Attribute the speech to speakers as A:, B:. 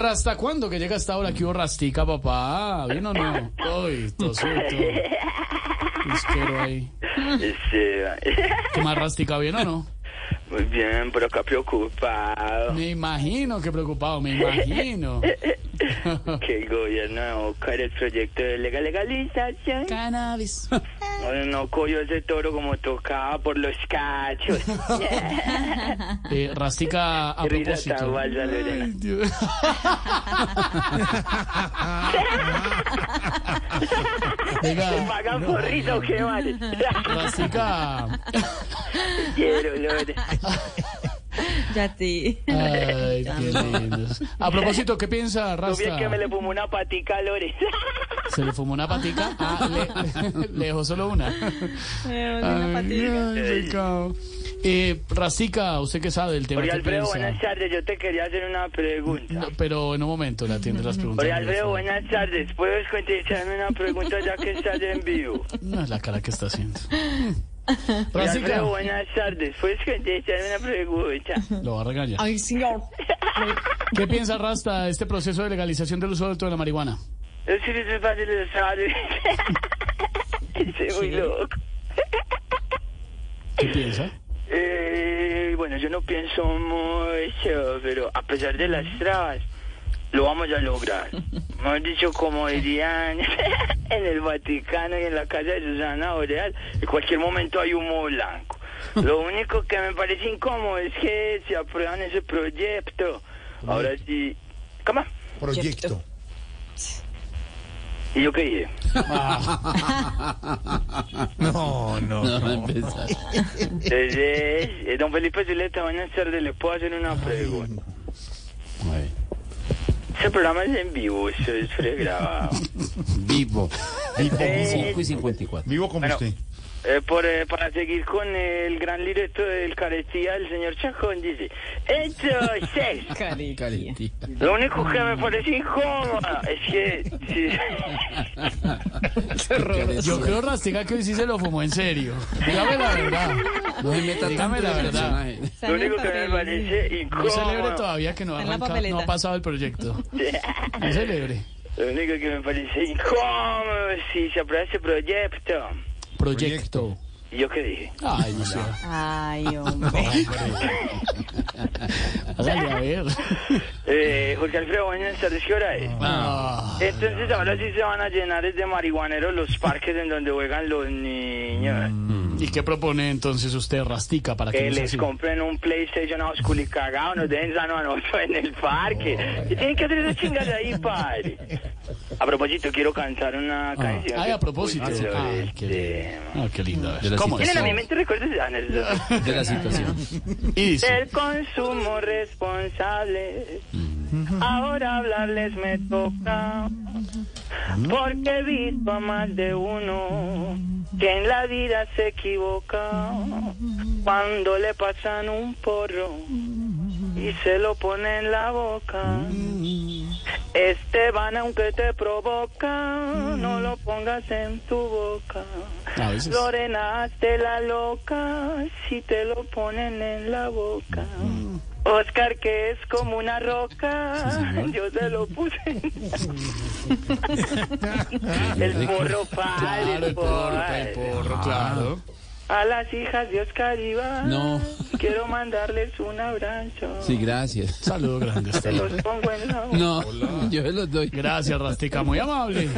A: ¿Hasta cuándo que llega esta hora que hubo rastica, papá? ¿Bien o no? Uy, tosuto. Isquero ahí.
B: Sí,
A: ¿Qué más rastica, bien o no?
B: Este, muy bien, pero acá preocupado.
A: Me imagino que preocupado, me imagino.
B: Que el gobierno va a buscar el proyecto de legal- legalización.
A: Cannabis.
B: Bueno, no cogió ese toro como tocaba por los cachos.
A: Eh, rastica a
B: Qué risa tan
A: propósito.
B: falsa, Lorena.
A: Ay, Dios.
B: ¿Te
A: Oiga,
B: pagan por risa o qué vale?
A: rastica.
B: Quiero, Lorena.
C: Ya sí.
A: Ay, qué lindos. A propósito, ¿qué piensa
B: Tú bien
A: Rasta?
B: que me le fumó una patica a Lorena.
A: ¿Se le fumó una patica? Ah, le, le dejó solo una. Ay, ay, pecado. Eh, Rastica, ¿usted qué sabe del tema?
B: Oye,
A: ¿Qué
B: Alfredo,
A: piensa?
B: buenas tardes. Yo te quería hacer una pregunta.
A: No, pero en un momento le atiende las preguntas.
B: Oye, Alfredo, buenas tardes. ¿Puedes contestarme una pregunta ya que estás en vivo?
A: No es la cara que está haciendo.
B: Oye,
A: Rastica,
B: Alfredo, buenas tardes. ¿Puedes contestarme una pregunta?
A: lo va a regañar.
C: Ay, señor.
A: ¿Qué piensa Rasta de este proceso de legalización del uso adulto de la marihuana?
B: Es que ese padre lo sabe. Ese muy loco.
A: ¿Qué piensa?
B: Eh, bueno, yo no pienso mucho, pero a pesar de las trabas, lo vamos a lograr. Hemos dicho, como dirían en el Vaticano y en la casa de Susana Boreal, en cualquier momento hay humo blanco. Lo único que me parece incómodo es que se aprueban ese proyecto. Ahora sí. ¿Cómo?
D: Proyecto.
B: ¿Y yo qué dije?
D: No, no.
B: Entonces, eh, don Felipe Zuleta, buenas tardes, le puedo hacer una pregunta. Este programa es en vivo, eso es pregrabado.
E: Vivo. Vivo.
B: Eh.
E: 5 y 54.
D: Vivo como
B: Bueno.
D: usted.
B: Eh, por, eh, para seguir con el gran libreto del caretía, el señor Chacón dice, entonces,
E: Calentita.
B: lo único que me parece incómodo es que... sí,
A: Yo creo, Rastica, que hoy sí se lo fumó en serio. Dígame la verdad.
E: No se meta
A: Dígame la
E: tanto en el
A: verdad.
E: personaje.
C: Está
B: lo
C: en el
B: único que me
C: papel.
B: parece
A: No celebre
B: incómodo...
A: todavía que no ha,
C: En la
A: arrancado-
C: papeleta.
A: no ha pasado el proyecto. No celebre.
B: Lo único que me parece incómodo es si se aprueba ese proyecto.
A: Proyecto.
B: ¿Y yo qué dije?
A: Ay, no sé.
C: Ay, hombre.
A: Hágale a ver.
B: Eh, Jorge Alfredo, buenas tardes, ¿qué hora es?
A: Ah,
B: Entonces ahora sí se van a llenar es de marihuaneros los parques en donde juegan los niños.
A: ¿Y qué propone entonces usted, Rastica, para que
B: Que
A: no sea
B: les
A: así?
B: compren un PlayStation a oscuro y cagado, nos dejen sano a nosotros en el parque. Y tienen que hacer esas chingas ahí, padre. A propósito, quiero cantar una canción.
A: Ah. Ay,
B: que
A: a propósito.
B: puse sobre
A: Ay,
B: el
A: qué lindo.
B: tema.
A: Ah, qué lindo. A ver,
E: De la
A: ¿Cómo es?
B: Tienen a mi
E: situación.
B: mente recuerdos de anécdotas.
E: De la situación.
A: Y dice,
B: El consumo responsable. Ahora hablarles me toca. Porque he visto a más de uno que en la vida se equivoca. Cuando le pasan un porro y se lo pone en la boca. Esteban, aunque te provoca, no lo pongas en tu boca.
A: Ah, A veces.
B: Lorena, hazte la loca si te lo ponen en la boca. Oscar, que es como una roca, yo se lo puse en- el
A: Claro,
B: porro padre,
A: el porro, el porro, claro.
B: A las hijas de Oscar Iván,
E: No.
B: quiero mandarles un abrazo.
E: Sí, gracias.
A: Saludos grandes.
B: Se los pongo en la boca.
E: No, yo se los doy.
A: Gracias, Rastica, muy amable.